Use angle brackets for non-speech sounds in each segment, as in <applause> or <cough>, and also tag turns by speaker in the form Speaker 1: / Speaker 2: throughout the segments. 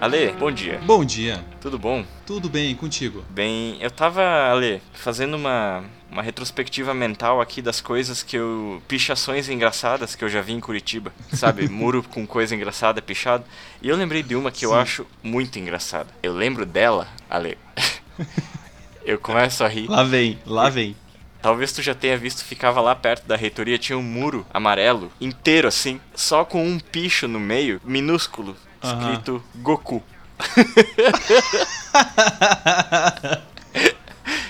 Speaker 1: Ale, bom dia.
Speaker 2: Bom dia.
Speaker 1: Tudo bom?
Speaker 2: Tudo bem contigo?
Speaker 1: Bem, eu tava, Ale, fazendo uma, uma retrospectiva mental aqui das coisas que eu. pichações engraçadas que eu já vi em Curitiba. Sabe? Muro com coisa engraçada pichado. E eu lembrei de uma que eu
Speaker 2: Sim.
Speaker 1: acho muito engraçada. Eu lembro dela, Ale. eu começo a rir.
Speaker 2: Lá vem, lá vem.
Speaker 1: Talvez tu já tenha visto, ficava lá perto da reitoria, tinha um muro amarelo inteiro assim, só com um picho no meio, minúsculo,
Speaker 2: Aham.
Speaker 1: escrito Goku.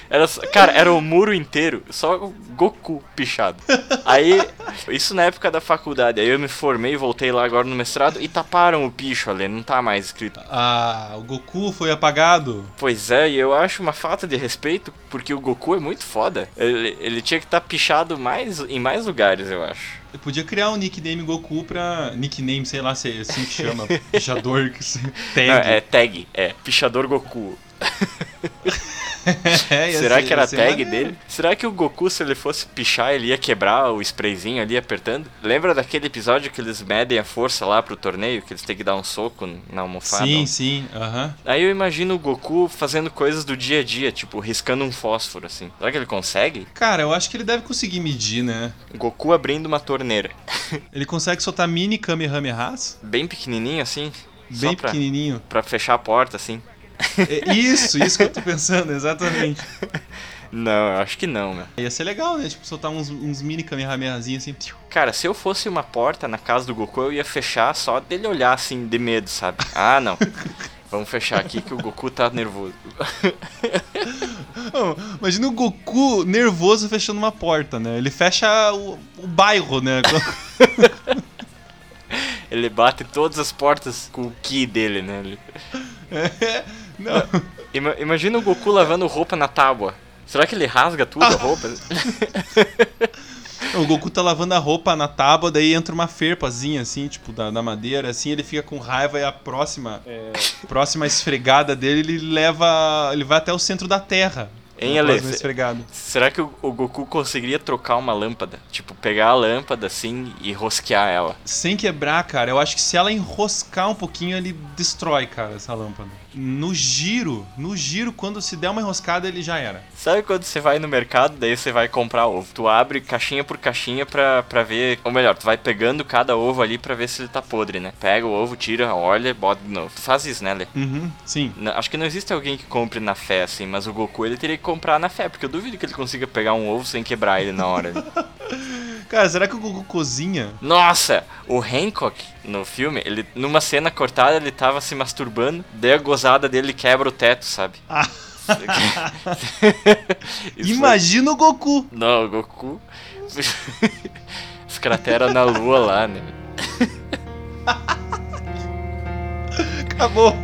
Speaker 1: Era, só- cara, era o muro inteiro, só o Goku pichado. Aí, isso na época da faculdade. Aí eu me formei, voltei lá agora no mestrado e taparam o picho ali, não tá mais escrito.
Speaker 2: Ah, o Goku foi apagado.
Speaker 1: Pois é, e eu acho uma falta de respeito, porque o Goku é muito foda. Ele, ele tinha que estar pichado mais, em mais lugares, eu acho.
Speaker 2: Eu podia criar um nickname Goku pra. Nickname, sei lá se é assim que
Speaker 1: <laughs>
Speaker 2: chama. Pichador, que se- tag.
Speaker 1: Não, é tag, é. Pichador Goku.
Speaker 2: <laughs> É, ia
Speaker 1: Será
Speaker 2: ser-
Speaker 1: que era
Speaker 2: ia
Speaker 1: a
Speaker 2: ser
Speaker 1: tag
Speaker 2: maneiro.
Speaker 1: dele? Será que o Goku, se ele fosse pichar, ele ia quebrar o sprayzinho ali apertando? Lembra daquele episódio que eles medem a força lá pro torneio, que eles têm que dar um soco na almofada?
Speaker 2: Sim, sim, aham.
Speaker 1: Aí eu imagino o Goku fazendo coisas do dia a dia, tipo riscando um fósforo, assim. Será que ele consegue?
Speaker 2: Cara, eu acho que ele deve conseguir medir, né?
Speaker 1: Goku abrindo uma torneira.
Speaker 2: Ele consegue soltar mini Kamehamehas?
Speaker 1: Bem pequenininho, assim. só
Speaker 2: Bem
Speaker 1: pra-
Speaker 2: pequenininho.
Speaker 1: Pra fechar a porta, assim? <laughs>
Speaker 2: É isso, isso que eu tô pensando, exatamente.
Speaker 1: Não, eu acho que não, meu.
Speaker 2: Ia ser legal, né? Tipo, soltar uns, uns mini Kamehamehazinhos assim. Tiu.
Speaker 1: Cara, se eu fosse uma porta na casa do Goku, eu ia fechar só dele olhar assim, de medo, sabe? Ah, <laughs> não. Vamos fechar aqui que o Goku tá nervoso.
Speaker 2: Não, imagina o Goku nervoso fechando uma porta, né? Ele fecha o, o bairro, né? <laughs>
Speaker 1: Ele bate todas as portas com o ki dele, né? <laughs> Ele-
Speaker 2: Não.
Speaker 1: Ima- imagina o Goku lavando roupa na tábua. Será que ele rasga tudo <laughs> a roupa?
Speaker 2: O Goku tá lavando a roupa na tábua, daí entra uma ferpazinha assim, tipo, da, da madeira, assim, ele fica com raiva e a próxima, próxima esfregada dele, ele leva. ele vai até o centro da terra.
Speaker 1: Hein,
Speaker 2: Na
Speaker 1: Ale?
Speaker 2: próxima
Speaker 1: Cê-
Speaker 2: esfregada.
Speaker 1: Será que o, o Goku conseguiria trocar uma lâmpada? Tipo, pegar a lâmpada assim e rosquear ela.
Speaker 2: Sem quebrar, cara, eu acho que se ela enroscar um pouquinho, ele destrói, cara, essa lâmpada. No giro, no giro, quando se der uma enroscada, ele já era.
Speaker 1: Sabe quando você vai no mercado, daí você vai comprar ovo? Tu abre caixinha por caixinha pra, pra ver. Ou melhor, tu vai pegando cada ovo ali pra ver se ele tá podre, né? Pega o ovo, tira, olha, bota de novo. Tu faz isso, né, Lê?
Speaker 2: Uhum, sim.
Speaker 1: N- Acho que não existe alguém que compre na fé, assim, mas o Goku ele teria que comprar na fé, porque eu duvido que ele consiga pegar um ovo sem quebrar ele na
Speaker 2: <laughs>
Speaker 1: hora. ali.
Speaker 2: Cara, será que o Goku cozinha?
Speaker 1: Nossa! O Hancock, no filme, ele numa cena cortada ele tava se masturbando, daí a gozada dele quebra o teto, sabe? é
Speaker 2: Ah. <laughs>
Speaker 1: <laughs> Isso é foi-
Speaker 2: Imagina o Goku!
Speaker 1: Não, o Goku. <laughs> Os crateras na lua lá, né?
Speaker 2: Acabou!